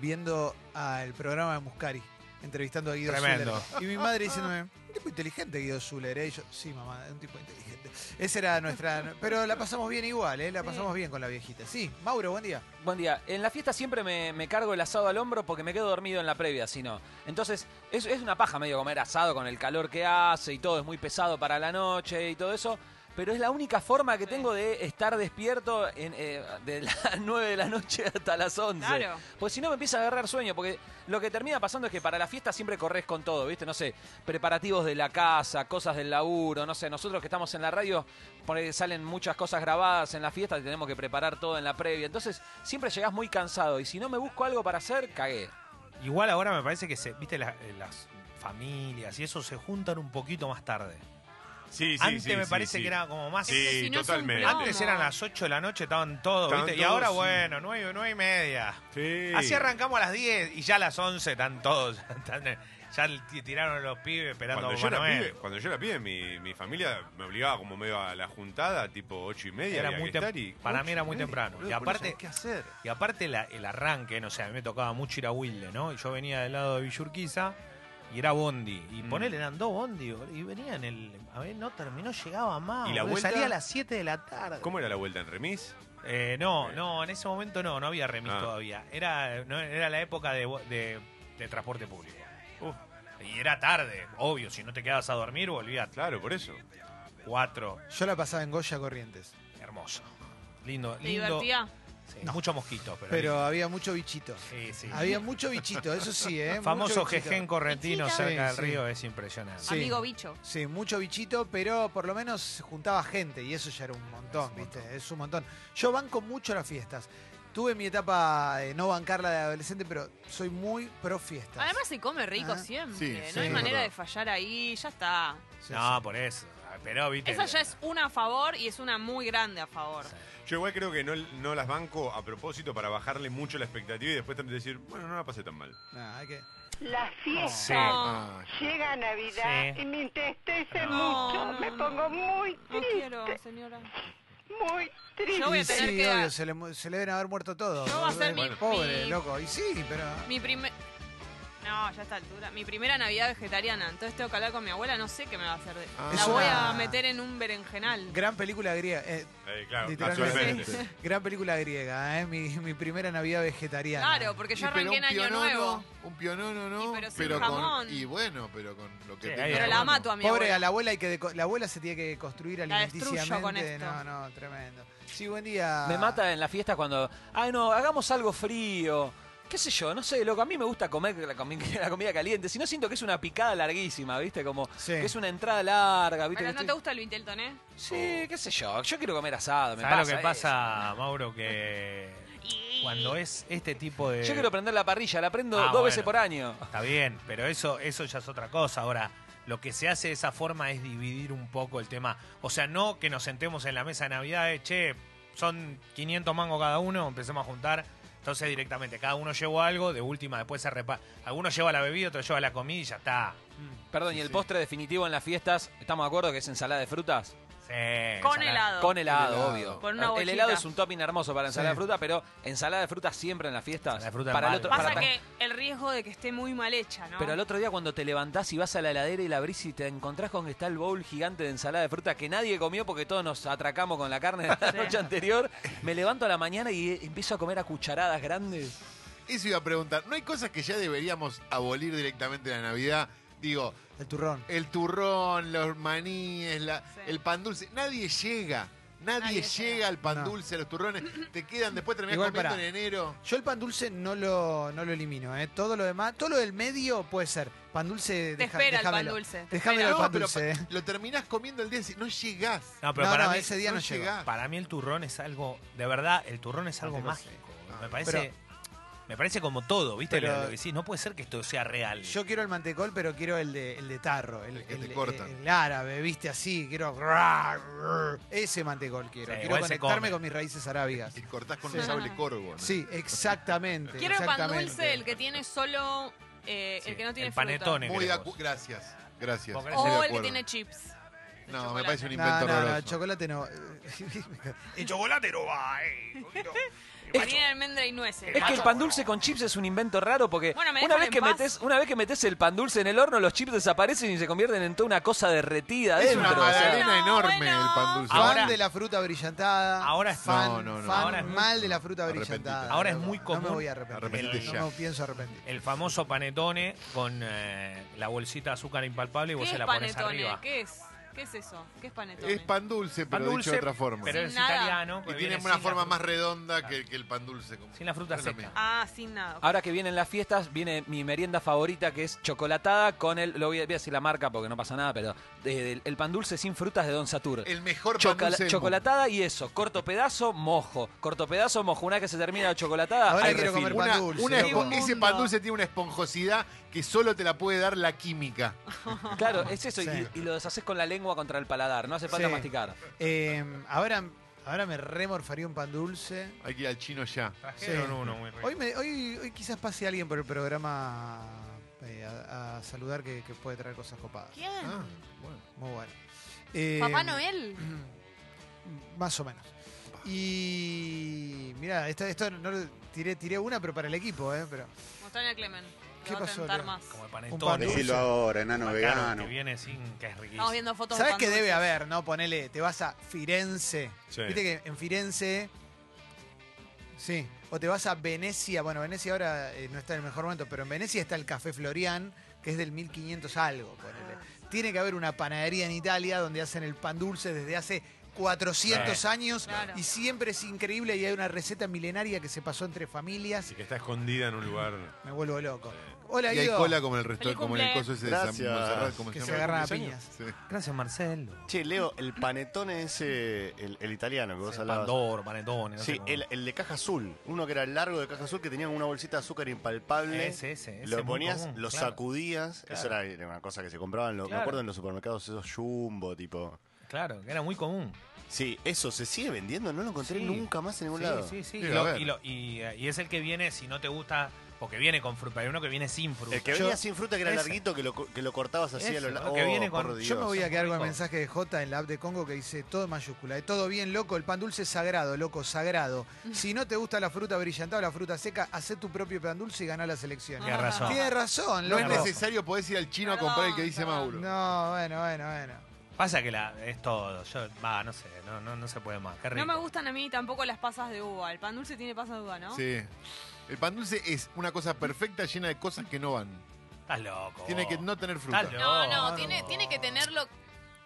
B: viendo ah, el programa de Muscari, entrevistando a Guido
D: Tremendo.
B: Zuller. Y mi madre diciéndome, un tipo inteligente Guido Zuller, ¿eh? Y yo, sí, mamá, un tipo inteligente. Esa era nuestra... Pero la pasamos bien igual, ¿eh? La
E: Sí.
B: pasamos bien con la viejita. Sí, Mauro, buen día.
G: Buen día. En la fiesta siempre me, me cargo el asado al hombro porque me quedo dormido en la previa, si no. Entonces, es, es una paja medio comer asado con el calor que hace y todo, es muy pesado para la noche y todo eso. Pero es la única forma que
E: Sí.
G: tengo de estar despierto en, eh, de las 9 de la (laughs) noche hasta las 11.
E: Claro.
G: Pues si no me empieza a agarrar sueño, porque lo que termina pasando es que para la fiesta siempre corres con todo, ¿viste? No sé, preparativos de la casa, cosas del laburo, no sé, nosotros que estamos en la radio, por ahí salen muchas cosas grabadas en la fiesta, y tenemos que preparar todo en la previa, entonces siempre llegás muy cansado y si no me busco algo para hacer, cagué.
D: Igual ahora me parece que se, viste, la- eh, las familias y eso se juntan un poquito más tarde.
C: Sí, sí,
D: Antes
C: sí,
D: me
C: sí,
D: parece
C: sí.
D: que era como más.
E: Es que
C: Sí,
E: si no es un
C: totalmente.
E: plomo.
D: Antes eran las 8 de la noche, estaban todos,
C: Estaban
D: ¿viste? Y
C: todos,
D: ahora,
C: sí.
D: bueno, 9, 9 y media.
C: Sí.
D: Así arrancamos a las 10 y ya a las 11 están todos. (laughs) están- ya t- tiraron los pibes esperando
C: Cuando yo, era
D: Manuel.
C: pibe, cuando yo era pibe, mi, mi familia me obligaba como medio a la juntada, tipo ocho y media.
D: Era
C: había
D: muy
C: que
D: tem-
C: estar y-
D: para mí era
C: ocho
D: muy
C: media,
D: temprano.
C: boludo,
D: Y
C: por eso
D: aparte-
C: hay que hacer?
D: Y aparte la- el arranque, no sé, a mí me tocaba mucho ir a Wilde, ¿no? Y yo venía del lado de Villurquiza y era Bondi. Y
C: Mm.
D: ponele, eran dos Bondi boludo, y venían el... A ver, no terminó, llegaba más.
C: ¿Y la
D: boludo,
C: vuelta?
D: Salía a las 7 de la tarde.
C: ¿Cómo era la vuelta en remis?
D: Eh, no, no, en ese momento no, no había remis
C: Ah.
D: todavía. Era, no, era la época de, bo- de- de transporte público. Uf. Y era tarde, obvio, si no te quedabas a dormir, volvías
C: Claro, por eso.
D: cuatro.
B: Yo la pasaba en Goya Corrientes,
D: Hermoso. Lindo,
E: ¿Te
D: lindo.
E: divertía?
D: Sí, Muchos mosquitos, pero.
B: pero había mucho bichito.
D: lindo. Sí, sí.
B: Había mucho bichito, eso sí, ¿eh?
D: Famoso
B: Mucho bichito.
D: jején correntino
E: Bichito.
D: cerca
B: Sí,
D: del
B: sí.
D: río es impresionante.
B: Sí.
E: Amigo bicho.
B: Sí, mucho bichito, pero por lo menos se juntaba gente y eso ya era un montón,
D: Es un
B: ¿viste?
D: montón.
B: Es un montón. Yo banco mucho las fiestas. Tuve mi etapa de no bancarla de adolescente, pero soy muy pro fiestas.
E: Además se come rico
B: Ah.
E: siempre.
F: Sí,
E: no
F: sí,
E: hay
F: es
E: manera
F: verdad.
E: de fallar ahí, ya está.
B: Sí,
D: no,
B: sí.
D: por eso. Pero viste.
E: Esa ya es una a favor y es una muy grande a favor.
D: Sí.
C: Yo igual creo que no, no las banco a propósito para bajarle mucho la expectativa y después decir, bueno, no la pasé tan mal.
B: No, hay que-
I: Las fiestas.
F: ah,
B: Oh.
I: Llega Navidad
D: Sí.
I: y me entristece
E: No,
I: mucho.
E: no, no,
I: me
E: no.
I: pongo muy
E: No
I: triste,
E: quiero, señora.
I: muy triste.
E: Yo voy a
B: Y
E: tener
B: sí,
E: que-
B: obvio, se le, mu- se le deben haber muerto todos.
E: Yo voy a hacer mi-
B: Pobre,
E: mi-
B: loco. Y sí, pero...
E: Mi primer... No, ya a esta altura. Mi primera Navidad vegetariana. Entonces tengo que hablar con mi abuela. No sé qué me va a hacer. de-
F: Ah.
E: La
B: Es
E: voy
B: una-
E: a meter en un berenjenal.
B: Gran película griega. eh,
C: Eh, claro,
B: Literalmente.
C: casualmente.
B: (laughs) gran película griega, ¿eh? Mi, mi primera Navidad vegetariana.
E: Claro, porque yo
F: y pero
E: arranqué en
F: un
E: Año
F: pionono,
E: Nuevo.
F: Un pionono, ¿no?
E: Y pero sin jamón.
F: con, y bueno, pero con lo que
D: Sí,
F: tenga
D: ahí
F: a
E: Pero
D: Pero
E: la
F: mano.
E: mato a mi
B: Pobre
E: abuela.
B: a la abuela hay que deco- la abuela se tiene que construir
E: La destruyo
B: alimenticiamente.
E: con esto.
B: No, no, tremendo. Sí, buen día.
G: Me mata en la fiesta cuando, ay no, hagamos algo frío. qué sé yo, no sé, loco, a mí me gusta comer la, comi- (laughs) la comida caliente, si no siento que es una picada larguísima, ¿viste? Como
B: Sí.
G: que es una entrada larga, ¿viste?
E: Ahora,
G: Que
E: ¿no te
G: estoy-
E: gusta el Vintelton, eh?
G: Sí, qué sé yo, yo quiero comer asado, me
D: ¿Sabes lo
G: pasa
D: que pasa, Mauro? Que cuando es este tipo de.
G: eso. Yo quiero prender la parrilla, la prendo
D: Ah,
G: dos
D: bueno.
G: veces
D: (laughs)
G: por año.
D: Está bien, pero eso, eso ya es otra cosa. Ahora, lo que se hace de esa forma es dividir un poco el tema. O sea, no que nos sentemos en la mesa de Navidad, eh, che, son 500 mangos cada uno, empecemos a juntar. Entonces, directamente, cada uno llevó algo, de última, después se repara. Alguno lleva la bebida, otro lleva la comida y ya está.
G: Perdón, y el postre definitivo en las fiestas, ¿estamos de acuerdo que es ensalada de frutas?
D: Sí,
E: Con
D: ensalada.
E: helado.
G: Con helado,
F: helado.
G: obvio.
E: Con una
G: el
E: bollita.
G: helado es un topping hermoso para ensalada
B: Sí.
G: de fruta, pero ensalada de fruta siempre en las fiestas.
D: Ensalada de fruta
G: para el
D: mal.
G: otro,
E: Pasa
G: para-
E: que el riesgo de que esté muy mal hecha, ¿no?
G: Pero al otro día cuando te levantás y vas a la heladera y la abrís y te encontrás con que está el bowl gigante de ensalada de fruta que nadie comió porque todos nos atracamos con la carne de la
E: Sí.
G: noche anterior, me levanto a la mañana y empiezo a comer a cucharadas grandes.
F: Eso iba a preguntar. ¿No hay cosas que ya deberíamos abolir directamente en la Navidad? Digo,
B: El turrón.
F: el turrón, los maníes, la-
E: Sí.
F: el pan dulce. Nadie llega. Nadie,
E: Nadie
F: llega,
E: llega.
F: al pan
B: No.
F: dulce, a los turrones. Te quedan, después terminás
B: Igual,
F: comiendo
B: pará.
F: en enero.
B: Yo el pan dulce no lo, no lo elimino, ¿eh? Todo lo demás, todo lo del medio puede ser. Pan dulce,
E: Te
B: deja-
E: espera el pan
B: déjamelo.
E: dulce. te
B: Déjamelo
E: espera.
B: al pan
F: pero
B: dulce,
F: pa-
B: eh.
F: lo terminás comiendo el día siguiente. No llegás.
D: No, pero
B: No,
D: para,
B: no,
D: mí,
B: ese día no,
F: no
B: llegó.
F: llegás.
D: para mí el turrón es algo, de verdad, el turrón es algo
B: Antes no sé.
D: mágico. Me parece, me parece como todo, ¿viste?
B: Pero-
D: lo, lo que decís, no puede ser que esto sea real.
B: Yo quiero el mantecol, pero quiero el de, el de tarro. El,
F: El que
B: el-
F: te cortan.
B: el árabe, viste así. Quiero. Ese mantecol quiero.
D: Sí,
B: quiero
D: igual se
B: conectarme
D: come.
B: con mis raíces arábigas.
F: Y cortás con
B: Sí.
F: un sable corvo. ¿no?
B: Sí, exactamente.
E: Quiero el pan
B: exactamente.
E: dulce, el que tiene solo. eh,
D: Sí,
E: el que no tiene
D: el
E: fruta.
D: panetone.
F: Muy de
D: queremos.
F: acu- Gracias. Gracias.
D: Vos querés
F: Muy
E: O
F: de
E: el que
F: acuerdo.
E: tiene chips. de
F: No, me
E: chocolate.
F: parece un
B: No,
F: invento
B: no, no,
F: horroroso.
B: chocolate
F: (laughs)
B: no.
D: El chocolate no va, eh. poquito.
E: Panini, almendra y nueces.
G: Es que el pan dulce con chips es un invento raro porque
E: Bueno, me
G: una
E: dejan
G: vez
E: en
G: que
E: paz.
G: metes una vez que metes el pan dulce en el horno los chips desaparecen y se convierten en toda una cosa derretida
F: Es una
G: adentro. o sea,
F: magdalena
E: Bueno,
F: enorme
E: bueno.
F: el pan dulce.
B: Fan
D: Ahora-
B: de la fruta brillantada.
D: ahora es-
B: fan,
F: No, no, no.
B: fan
D: Ahora es muy-
B: mal de la fruta
F: Arrepentite.
B: brillantada.
D: Ahora es
B: No,
D: muy
B: No
D: común.
B: me voy a arrepentir.
F: Arrepentite
B: no,
F: ya.
B: no pienso arrepentir.
D: El famoso panetone con eh, la bolsita de azúcar impalpable y
E: ¿Qué
D: vos se
E: es
D: la pones
E: panetone?
D: arriba.
E: ¿Qué es? ¿Qué es eso? ¿Qué es panetone?
F: Es pan dulce, pero dicho de otra forma.
D: Pero
E: Sin
D: es
E: nada.
D: italiano.
F: Y
D: pues
F: tiene
D: viene
F: una
D: sin la
F: forma
D: fruta.
F: más redonda que, que el pan dulce. como-
D: Sin la fruta
F: No es lo
D: seca.
F: mismo.
E: Ah, sin nada.
G: Ahora que vienen las fiestas, viene mi merienda favorita que es chocolatada con el, lo voy a, voy a decir la marca porque no pasa nada, pero eh, el, el pan dulce sin frutas de Don Satur.
F: El mejor pan
G: Chocola-
F: dulce del
G: chocolatada y eso, corto pedazo, mojo. Corto pedazo, mojo. Una vez que se termina la chocolatada,
B: Ahora
G: hay
B: quiero
G: refil.
B: comer
F: mundo. Una-
B: pan dulce.
F: una
B: loco.
F: espo-
E: Qué
F: ese
E: mundo.
F: pan dulce tiene una esponjosidad que solo te la puede dar la química.
G: Claro, es eso. y-
B: Sí.
G: Y, lo deshaces con la lengua contra el paladar. No hace falta
B: Sí.
G: masticar.
B: Eh, ahora, ahora me remorfaría un pan dulce.
F: Hay que ir al chino ya.
D: Trajeron
B: Sí.
D: uno muy rico.
B: Hoy, me- hoy, hoy quizás pase alguien por el programa eh, a, a saludar que, que puede traer cosas copadas.
E: ¿Quién?
F: Ah, bueno.
B: Muy bueno. Eh,
E: ¿Papá Noel?
B: Más o menos. Y mira, esto, esto no lo- tiré, tiré una, pero para el equipo, ¿eh? Pero
E: Mostrame a Clemen.
B: ¿Qué
E: Lo va a
B: pasó,
E: tentar
B: Leo?
E: más.
D: Como el
B: un pan
D: panetone.
B: dulce.
A: Decilo ahora, enano
D: Bacano,
A: vegano.
D: Que viene sin... que es riquísimo.
E: Estamos viendo fotos de
B: ¿Sabes
E: pan
B: qué debe
E: dulce.
B: haber, no? Ponele, te vas a Firenze.
C: Sí.
B: Viste que en Firenze. Sí. O te vas a Venecia. Bueno, Venecia ahora eh, no está en el mejor momento, pero en Venecia está el Café Florian, que es del 1500 algo, ponele. Tiene que haber una panadería en Italia donde hacen el pan dulce desde hace 400 años
E: Claro.
B: y siempre es increíble y hay una receta milenaria que se pasó entre familias.
C: Así que está escondida en un lugar.
B: Me vuelvo loco. Hola,
F: Y hay
B: Guido.
F: cola como en el resto,
E: Feliz
F: como en el
E: cumple.
F: coso ese de San
H: Gracias.
F: Monserrat, como
B: Que
F: llama?
B: se agarran a
F: ¿Cumpleaños?
B: piñas.
F: Sí.
D: Gracias, Marcelo.
H: Che, Leo, el panetone ese, el, el italiano que vos hablabas.
D: Pandoro, panetone. No sé
H: Sí,
D: cómo.
H: el, el de caja azul. Uno que era largo de caja azul que tenía una bolsita de azúcar impalpable.
D: Ese, ese, ese,
H: lo
D: muy
H: ponías,
D: común,
H: lo
D: claro.
H: sacudías. Eso era- era una cosa que se compraba en los, me
D: Claro.
H: acuerdo en los supermercados, esos jumbo, tipo.
D: Claro, que era muy común.
H: Sí, eso se sigue vendiendo, no lo encontré
D: Sí.
H: nunca más en ningún
D: Sí,
H: lado.
D: sí, sí.
F: Sí,
D: Y,
F: a
D: lo-
F: ver.
D: y lo- y, eh, y es el que viene, si no te gusta, porque viene con fruta. Hay uno que viene sin fruta.
H: El que
B: Yo-
H: venía sin fruta, que era
D: ese.
H: larguito, que lo, co- que lo cortabas así
D: Ese,
H: a los la- oh,
D: lo que viene
H: por
D: con-
B: Yo me voy a
H: Dios.
B: quedar con el
D: rico.
B: mensaje de J en la app de Congo que dice todo en mayúscula. eh, Todo bien, loco. El pan dulce es sagrado, loco,
D: (laughs)
B: sagrado. Si no te gusta la fruta brillantada o la fruta seca, hacé tu propio pan dulce y ganá las elecciones.
D: Tiene razón.
B: Tiene razón,
F: No
B: loco.
F: es necesario, podés ir al chino a comprar el que dice
E: Perdón,
F: Mauro.
B: No, bueno, bueno, bueno.
D: Pasa que la, es todo. Yo, va, no sé, no, no, no se puede más. Qué rico.
E: No me gustan a mí tampoco las pasas de uva. El pan dulce tiene pasas de uva, ¿no?
F: Sí. El pan dulce es una cosa perfecta llena de cosas que no van.
D: Estás loco.
F: Tiene que no tener fruta.
D: Está loco.
E: No, no,
D: Bárbaro.
E: tiene, tiene que tenerlo.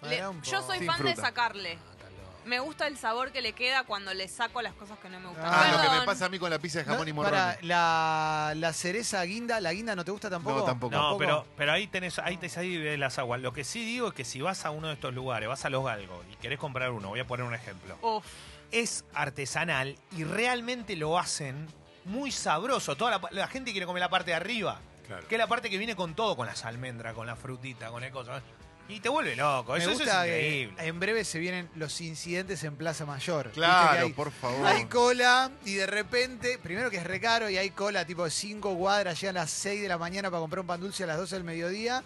E: le-
B: Pará un
E: yo
B: poco.
E: soy
F: Sin
E: fan de
F: fruta.
E: sacarle.
D: Estás loco.
E: Me gusta el sabor que le queda cuando le saco las cosas que no me gustan.
F: Ah, lo que me
E: Perdón.
F: pasa a mí con la pizza de jamón y
B: No,
F: morrón.
B: para, la, la cereza guinda, ¿la guinda no te gusta tampoco?
F: No, tampoco.
D: No, pero, pero ahí tenés, ahí te ahí ves las aguas. Lo que sí digo es que si vas a uno de estos lugares, vas a los galgos y querés comprar uno, voy a poner un ejemplo.
E: Uf,
D: Es artesanal y realmente lo hacen muy sabroso. Toda la, pa- la gente quiere comer la parte de arriba,
C: Claro.
D: que es la parte que viene con todo, con las almendras, con la frutita, con el cosa. Y te vuelve loco.
B: Me
D: pues, Eso, eso
B: gusta
D: es
B: que
D: increíble.
B: en breve se vienen los incidentes en Plaza Mayor. Viste que
F: Claro,
B: hay- (laughs)
F: por favor.
B: Hay cola y de repente, primero que es recaro y hay cola tipo de 5 cuadras, llegan a las 6 de la mañana para comprar un pan dulce a las 12 del mediodía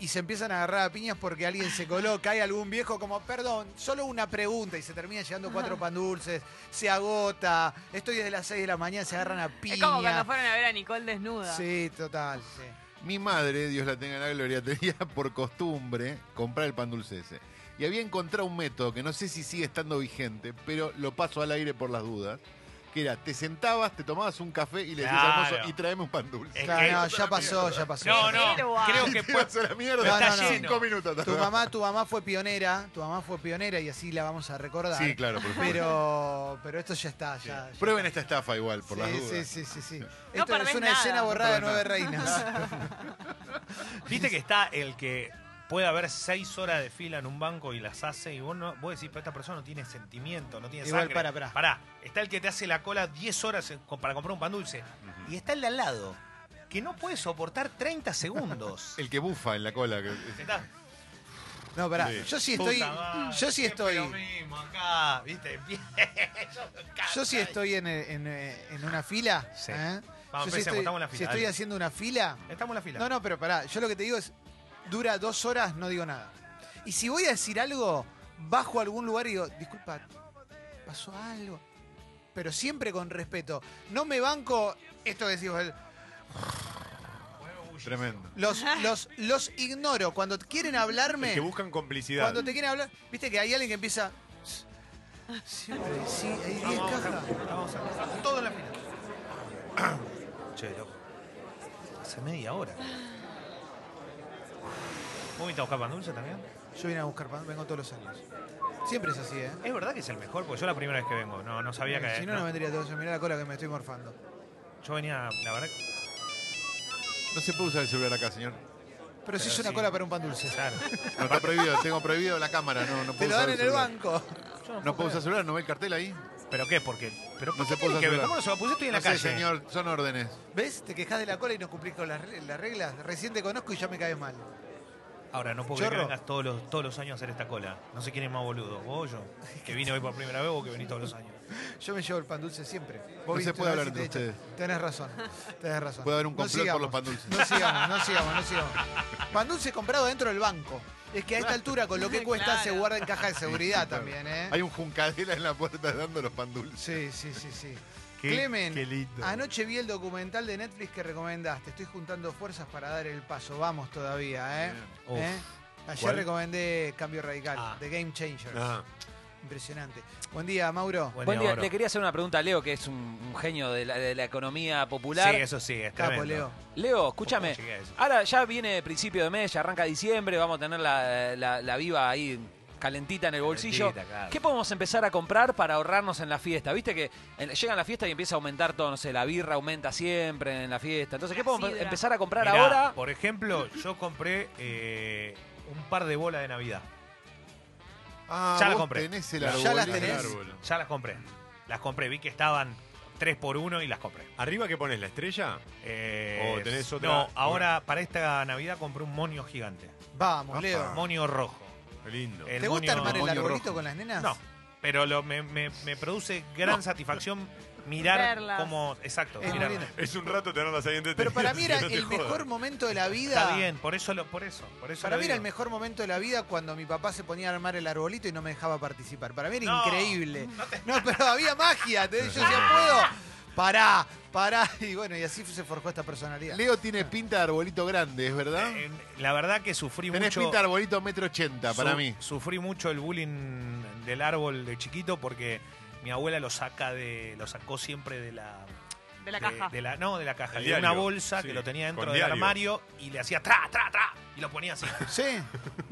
B: y se empiezan a agarrar a piñas porque alguien se coló, cae algún viejo como, perdón, solo una pregunta y se termina llegando cuatro pan dulces, se agota, estoy desde las 6 de la mañana, se agarran a piñas.
E: es como cuando fueron a ver a Nicole desnuda.
B: Sí, total, sí.
F: Mi madre, Dios la tenga en la gloria, (laughs) tenía por costumbre comprar el pan dulce ese. Y había encontrado un método que no sé si sigue estando vigente, pero lo paso al aire por las dudas. Que era, te sentabas, te tomabas un café y le decías al
D: Claro.
F: mozo, y traeme un pan dulce.
D: Es
B: Claro,
D: que-
B: no, ya pasó, ya pasó.
D: No,
E: Sí,
D: no,
E: lugar.
D: creo
F: Y
D: que
F: (laughs)
B: (laughs)
F: te
D: puede-
F: ibas a la mierda.
B: No,
D: está lleno.
F: Cinco minutos.
B: Tu mamá, tu mamá fue pionera, tu mamá fue pionera y así la vamos a recordar.
F: Sí, claro, por supuesto.
B: Pero, pero esto ya está, ya. ya
F: Prueben
B: está.
F: esta estafa igual, por las
B: sí,
F: dudas.
B: sí, sí, sí, sí. Esto es
E: perdés
B: una
E: nada.
B: escena borrada de
F: No
B: Nueve
F: perdés
B: Reinas.
D: Viste que está el que puede haber seis horas de fila en un banco y las hace y vos, no, vos decís, pero esta persona no tiene sentimiento, no tiene
B: Igual,
D: sangre.
B: pará, pará.
D: Está el que te hace la cola 10 horas en- co- para comprar un pan dulce. Y está el de al lado, que no puede soportar 30 segundos.
B: (laughs)
F: El que bufa en la cola. que-
D: Está,
B: No, pará.
F: Sí.
B: Yo sí estoy.
D: puta madre,
B: Yo sí
D: siempre
B: estoy.
D: lo mismo acá, ¿viste? (laughs)
B: Yo sí estoy en, en- en una fila.
D: Sí.
B: ¿eh? Yo
D: Vamos, empecemos,
B: sí estoy,
D: estamos en la fila,
B: Si estoy
D: dale.
B: haciendo una fila.
D: Estamos en la fila.
B: No, no, pero pará. Yo lo que te digo es. Dura dos horas, no digo nada. Y si voy a decir algo, bajo a algún lugar y digo, disculpa, pasó algo. Pero siempre con respeto. No me banco esto que decís vos, el-
F: Tremendo.
B: Los, los, los ignoro. Cuando quieren hablarme.
C: El que buscan complicidad.
B: Cuando te quieren hablar, viste que hay alguien que empieza. Siempre, sí, hay 10 cajas.
D: Vamos a todo en la fila. Che, loco. Hace media hora. ¿Vos viniste a buscar pan dulce también?
B: Yo vine a buscar pan, vengo todos los años. Siempre es así, ¿eh?
D: Es verdad que es el mejor, porque yo la primera vez que vengo, no, no
F: Eh,
D: sabía que.
B: Si no, no
D: no.
B: vendría todo eso. Mirá la cola que me estoy morfando.
D: Yo venía, la verdad. que-
F: No se puede usar el celular acá, señor.
B: Pero si es
D: Pero
B: una
D: sí.
B: cola para un pan dulce.
D: Claro.
F: No, está prohibido. Tengo prohibido la cámara. No, no puedo
B: Te lo
F: usar
B: dan en el
F: celular.
B: banco.
F: No puedo usar celular, no ve el cartel ahí.
D: ¿Pero qué? Porque. Pero
F: No
D: ¿qué
F: se puede
D: tiene que ver?
F: hacer.
D: ¿Cómo no se va a Pues yo estoy en
F: No
D: la
F: sé,
D: calle.
F: señor, son órdenes.
B: ¿Ves? Te quejas de la cola y no cumplís con las re- las reglas. Recién te conozco y ya me caes mal.
D: Ahora no puedo creer que
B: Chorro.
D: vengas todos los, todos los años a hacer esta cola. No sé quién es más boludo, vos o yo. Que vine hoy por primera vez o que venís todos los años.
B: Yo me llevo el pan dulce siempre.
F: No se
B: viniste
F: puede
B: una
F: hablar
B: vez y te
F: entre
B: echan. Tenés razón. Tenés razón.
F: Puede haber un
B: No
F: complot por
B: sigamos.
F: los pan dulces.
B: No sigamos, no sigamos, no sigamos. Pan dulce comprado dentro del banco. Es que a esta altura, con lo que cuesta,
E: Claro.
B: se guarda en caja de seguridad
F: claro.
B: también, ¿eh?
F: Hay un juncadela en la puerta dando los pan dulces.
B: Sí, sí, sí, sí.
D: Qué-
B: Clemen,
D: qué lindo.
B: anoche vi el documental de Netflix que recomendaste. Estoy juntando fuerzas para dar el paso. Vamos todavía, ¿eh?
D: Bien.
B: ¿Eh? Ayer
D: ¿Cuál?
B: recomendé Cambio Radical,
D: Ah.
B: The Game Changer.
C: Ah,
B: Impresionante. Buen día, Mauro.
D: Buen
G: Buen
D: día,
G: día,
D: Mauro.
G: le quería hacer una pregunta a Leo, que es un, un genio de la, de la economía popular.
D: Sí, eso sí, es
B: Capo,
D: tremendo.
B: Leo.
G: Leo, escúchame.
D: ¿Cómo llegué a eso?
G: Ahora ya viene principio de mes, ya arranca diciembre, vamos a tener la, la- la viva ahí calentita en el bolsillo.
D: Calentita, claro.
G: ¿Qué podemos empezar a comprar para ahorrarnos en la fiesta? Viste que en- llegan la fiesta y empieza a aumentar todo, no sé, la birra aumenta siempre en la fiesta. Entonces, ¿qué
E: La
G: podemos
E: sidra.
G: empezar a comprar
D: Mirá,
G: ahora?
D: Por ejemplo, yo compré eh, un par de bolas de Navidad.
F: Ah,
D: Ya la
F: vos
D: compré.
F: tenés el
D: Ya
F: árbol.
B: las
F: el
B: tenés.
F: árbol.
D: Ya las compré. Las compré. Vi que estaban 3 por 1 y las compré.
C: ¿Arriba que pones la estrella?
D: Eh,
C: Oh, tenés otra-
D: No, ahora para esta Navidad compré un monio gigante.
B: Vamos,
C: Opa.
B: Leo.
D: Monio rojo.
C: Qué lindo.
D: El
B: Ah. ¿Te gusta
D: monio-
B: armar el
F: Moño
B: arbolito
F: rojo.
B: con las nenas?
D: No, pero lo- me, me- me produce gran satisfacción mirar
E: Verlas.
D: cómo... Exacto,
B: Es
D: mirar.
B: muy lindo.
C: Es un rato tenerlas ahí entretenidas.
B: Pero (laughs)
C: (laughs)
B: para mí era
C: que no te
B: el
C: jodan.
B: mejor momento de la vida.
D: Está bien, por eso lo, por eso, por eso
B: Para
D: lo
B: mí era el
D: digo.
B: mejor momento de la vida cuando mi papá se ponía a armar el arbolito y no me dejaba participar. Para mí era
D: No,
B: increíble. No, pero había magia. te- Yo decía, puedo. Pará, pará. Y bueno, y así se forjó esta personalidad.
F: Leo tiene pinta de arbolito grande, ¿es verdad?
D: Eh, La verdad que sufrí
F: tenés
D: mucho.
F: pinta de arbolito metro ochenta para
D: Su-
F: mí.
D: Sufrí mucho el bullying del árbol de chiquito porque mi abuela lo saca de, lo sacó siempre de la,
E: De la
D: de-
E: caja.
D: de la- no de la caja,
C: El
D: de una
C: diario,
D: bolsa
C: sí,
D: que lo tenía dentro
C: con
D: del
C: diario.
D: armario y le hacía tra tra tra y lo ponía así.
B: ¿Sí?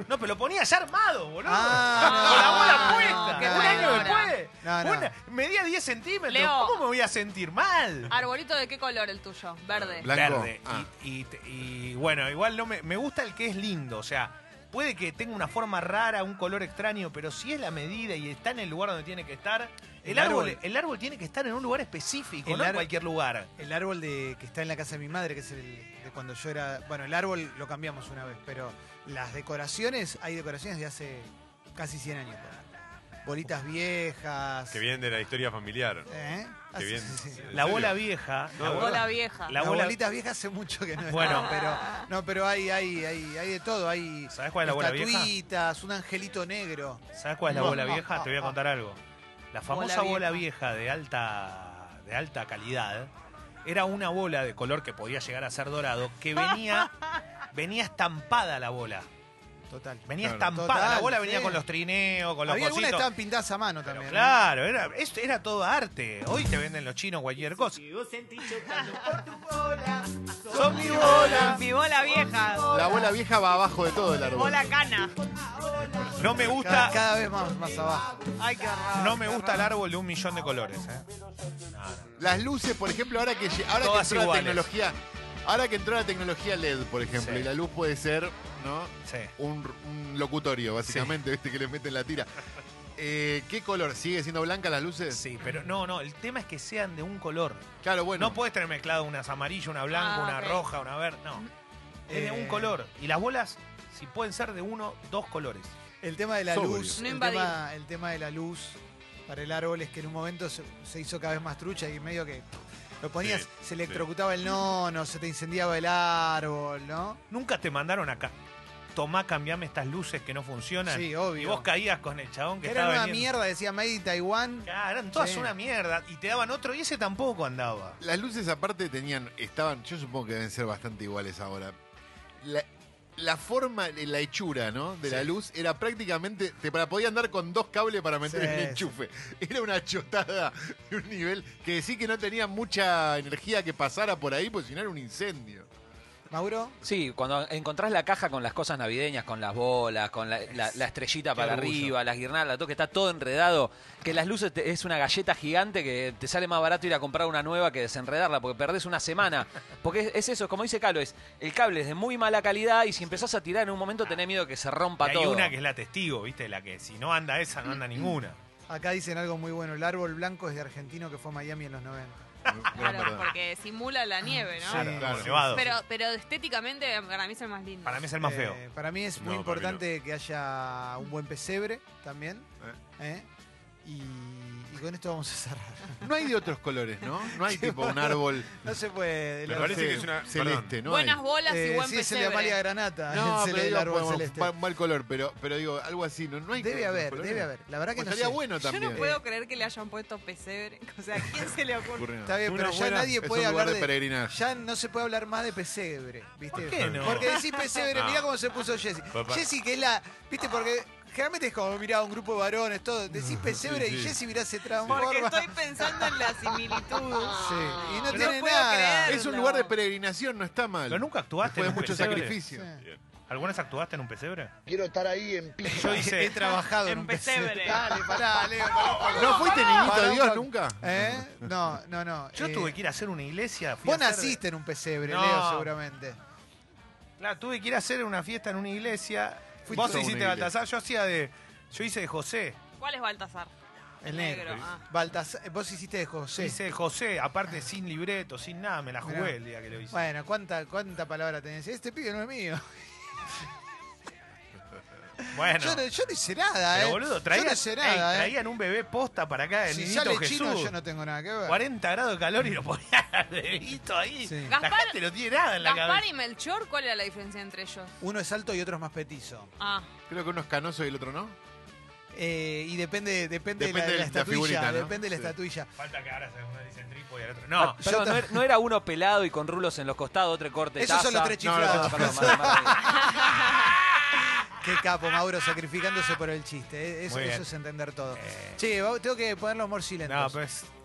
D: No, pero lo ponía ya armado, boludo.
B: Ah,
D: Con la
B: no,
D: bola
B: no,
D: puesta.
B: qué
D: un año
E: traidora.
D: después.
B: No, no.
D: Una- medía 10 centímetros.
E: Leo.
D: ¿Cómo me voy a sentir mal?
E: Arbolito de qué color el tuyo? Verde.
F: Blanco.
D: Verde.
F: Ah.
D: Y, y- y bueno, igual no me, me gusta el que es lindo. O sea, puede que tenga una forma rara, un color extraño, pero si es la medida y está en el lugar donde tiene que estar, el,
B: El
D: árbol,
B: árbol.
D: el árbol tiene que estar en un lugar específico,
B: El
D: no en
B: ar-
D: cualquier lugar.
B: El árbol de, que está en la casa de mi madre, que es el de cuando yo era. Bueno, el árbol lo cambiamos una vez, pero las decoraciones, hay decoraciones de hace casi 100 años. ponele. Bolitas viejas.
C: Que viene de la historia familiar.
B: ¿Eh?
C: Que
B: Así,
C: bien.
B: (laughs) sí, sí.
D: La
C: ¿En
D: bola
C: serio?
D: vieja.
C: No,
D: la
C: no.
D: bola-
E: Bola vieja.
D: La
B: Las
D: bola-
B: bolitas viejas hace mucho que no
D: Bueno.
B: están, pero no, pero hay, hay, hay, hay de todo, hay
D: ¿Sabés cuál es la bola vieja?
B: estatuitas, un angelito negro.
D: ¿Sabes cuál es la
B: No. (laughs)
D: bola vieja? Te voy a contar algo. La famosa bola
E: Bola
D: vieja, de alta de alta calidad era una bola de color que podía llegar a ser dorado
B: (laughs)
D: que venía venía estampada la bola.
B: Total.
D: Venía
C: Claro.
D: estampada,
B: Total,
D: la bola
B: sí.
D: venía con los trineos, con los
B: Había algunas que
D: cositos.
B: estaban pintadas a mano
D: Pero
B: también. ¿eh? ¿no?
D: claro, era, esto era todo arte. Hoy te venden los chinos cualquier cosa. Son mi bola.
E: Mi bola vieja.
F: La abuela vieja va abajo de todo el árbol.
E: Bola cana.
D: No me
B: Cada,
D: gusta,
B: cada vez más, más abajo.
E: Ay, qué raro.
D: no me gusta el árbol de un millón de colores. ¿eh?
F: Las luces, por ejemplo, ahora que, lle- ahora que
D: Todas
F: entró
D: iguales.
F: la tecnología. Ahora que entró la tecnología LED, por ejemplo,
D: Sí.
F: y la luz puede ser, ¿no?
D: Sí.
F: Un, un locutorio, básicamente, ¿viste? Que le meten la tira. Eh, ¿Qué color? ¿Sigue siendo blanca las luces?
D: Sí, pero no, no, el tema es que sean de un color.
F: Claro, bueno.
D: No puedes tener mezclado unas amarillas, una blanca,
E: Ah,
D: una
E: ok.
D: roja, una verde. No. Es de un
B: Eh,
D: color. Y las bolas, si pueden ser de uno, dos colores.
B: El tema de la
F: Sobrio.
B: luz,
E: No
B: el,
E: invadir.
B: tema, el tema de la luz para el árbol es que en un momento se, se hizo cada vez más trucha y medio que lo ponías,
C: Sí,
B: se electrocutaba el nono, se te incendiaba el árbol, ¿no?
D: Nunca te mandaron acá. Tomá, cambiame estas luces que no funcionan.
B: Sí, obvio.
D: Y vos caías con el chabón que
B: Era
D: estaba
B: una
D: vendiendo.
B: mierda, decía Made in Taiwan.
D: Claro, eran todas
B: Sí.
D: una mierda. Y te daban otro y ese tampoco andaba.
F: Las luces aparte tenían, estaban, yo supongo que deben ser bastante iguales ahora. La, la forma, eh, la hechura, ¿no? De la luz era prácticamente, te para podía andar con dos cables para meter
B: Sí,
F: en
B: sí.
F: el enchufe. (laughs) Era una chotada de un nivel que decía que no tenía mucha energía que pasara por ahí, porque si no era un incendio.
B: Mauro,
G: Sí, cuando encontrás la caja con las cosas navideñas, con las bolas, con la, la- la estrellita
D: Qué
G: para
D: orgullo.
G: arriba, las guirnaldas, todo que está todo enredado, que las luces te- es una galleta gigante que te sale más barato ir a comprar una nueva que desenredarla, porque perdés una
D: (laughs)
G: semana. Porque es, es eso, como dice Calo, es, el cable es de muy mala calidad y si empezás a tirar en un momento tenés miedo que se rompa
D: Y hay
G: todo.
D: una que es la testigo, ¿viste? La que si no anda esa, no
E: Mm.
D: anda ninguna.
B: acá dicen algo muy bueno. El árbol blanco es de argentino que fue a Miami en los 90.
F: Gran
E: Claro,
F: verdad.
E: porque simula la nieve, ¿no?
F: Sí, claro.
D: Nevado.
E: Ah, Pero, pero estéticamente para mí es el más lindo.
D: Para mí es el más
B: Eh,
D: feo.
B: Para mí es muy
C: No, para mí no.
B: importante que haya un buen pesebre también. ¿eh? Y, y con esto vamos a cerrar.
F: No hay de otros colores, ¿no? No hay tipo un árbol
B: No se puede.
C: Me
B: lo-
C: parece
F: no
C: que
F: sé,
C: es una-
F: celeste,
C: perdón.
F: ¿no?
E: Buenas
F: hay.
E: bolas
B: Eh,
E: y buen
B: sí, es el de
E: pesebre.
B: Amalia Granata.
F: No,
B: el,
F: pero
B: del
F: digo,
B: árbol
F: bueno,
B: celeste.
F: mal, mal color, pero, pero digo, algo así, no, no hay
B: Debe
F: otros
B: haber,
F: colores.
B: debe haber. La verdad que
F: Pues
B: no
F: estaría
B: sé.
F: bueno
E: Yo
F: también.
E: no puedo creer que le hayan puesto pesebre. (laughs) O sea, ¿a quién se le ocurre?
F: Ocurre nada.
B: Está bien,
D: Una
B: pero ya
D: buena-
B: nadie
F: Es
B: puede
F: un lugar
B: hablar
F: de
B: de,
F: peregrinar.
B: Ya no se puede hablar más de pesebre, ¿viste?
D: ¿Por qué no?
B: Porque decís pesebre, mirá cómo se puso Jessy.
C: Papá.
B: Jessy que es la, ¿viste? Porque generalmente es como mirá un grupo de varones, todo,
D: (laughs)
B: decís pesebre y Jessy mirá se transforma.
E: Porque estoy pensando en la similitud.
B: Sí, y no
E: Yo
B: tiene
E: puedo
B: nada.
E: creerlo.
F: Es un lugar de peregrinación, no está mal.
D: Pero nunca actuaste
F: Después
D: en
F: de
D: un
F: mucho
D: pesebre.
F: sacrificio.
D: ¿Alguna vez actuaste en un pesebre?
A: Quiero estar ahí en pie.
D: Yo hice.
B: He trabajado en,
E: En
B: un pesebre.
E: pesebre.
B: Dale, pará, Leo, pará, pará.
F: ¿No fuiste niñito
B: Pará
F: de
B: Ah, un
F: Dios
B: poco.
F: nunca?
B: ¿Eh? No, no, no.
D: Yo
B: eh,
D: tuve que ir a hacer una iglesia. fui a
B: Vos
D: hacer-
B: naciste en un pesebre,
D: No.
B: Leo, seguramente.
D: Claro, tuve que ir a hacer una fiesta en una iglesia.
F: Fuiste
D: Vos
F: a una
D: hiciste
F: iglesia.
D: Baltasar, yo hacía de. Yo hice de José.
E: ¿Cuál es Baltasar?
B: El negro.
E: Negro, ah.
B: Baltasar- vos hiciste de José.
D: Hice de José, aparte sin libreto, sin nada, me la jugué
B: Mirá.
D: el día que lo hice.
B: Bueno, ¿cuánta, cuánta palabra tenés? Este pibe no es mío.
D: Bueno.
B: Yo, no, yo no hice nada,
D: Ah, pero
B: ¿eh?
D: boludo,
B: yo no
D: traían,
B: hice
D: ey,
B: nada, ¿eh?
D: traían un bebé posta para acá, el
B: Si
D: niñito
B: sale
D: Jesús.
B: chino, yo no tengo nada que ver.
D: 40 grados de calor y lo ponían (laughs) al bebito ahí.
B: Sí.
D: La
E: Gaspar-
D: gente no tiene nada en la
E: Gaspar
D: cabeza.
E: y Melchor, ¿cuál era la diferencia entre ellos?
B: Uno es alto y otro es más petizo.
E: Ah,
F: Creo que uno es canoso y el otro no.
B: Eh, y depende, depende, de la- de
F: Depende
B: la,
F: de la
B: estatuilla.
F: figurita, ¿no?
B: Depende de la
F: Sí.
B: estatuilla.
D: Falta que ahora se uno dice tripo y al otro. No,
G: Yo, no, era, no era uno pelado y con rulos en los costados, otro corte de
B: Esos son
G: taza.
B: los tres
F: No, no,
B: chiflados.
G: Perdón, madre,
D: (laughs)
G: madre.
B: Qué capo, Mauro, sacrificándose por el chiste. eh. Eso,
D: Muy bien.
B: eso es entender todo.
D: Eh.
B: Che, va- tengo que poner los morcilentos.
D: no, pues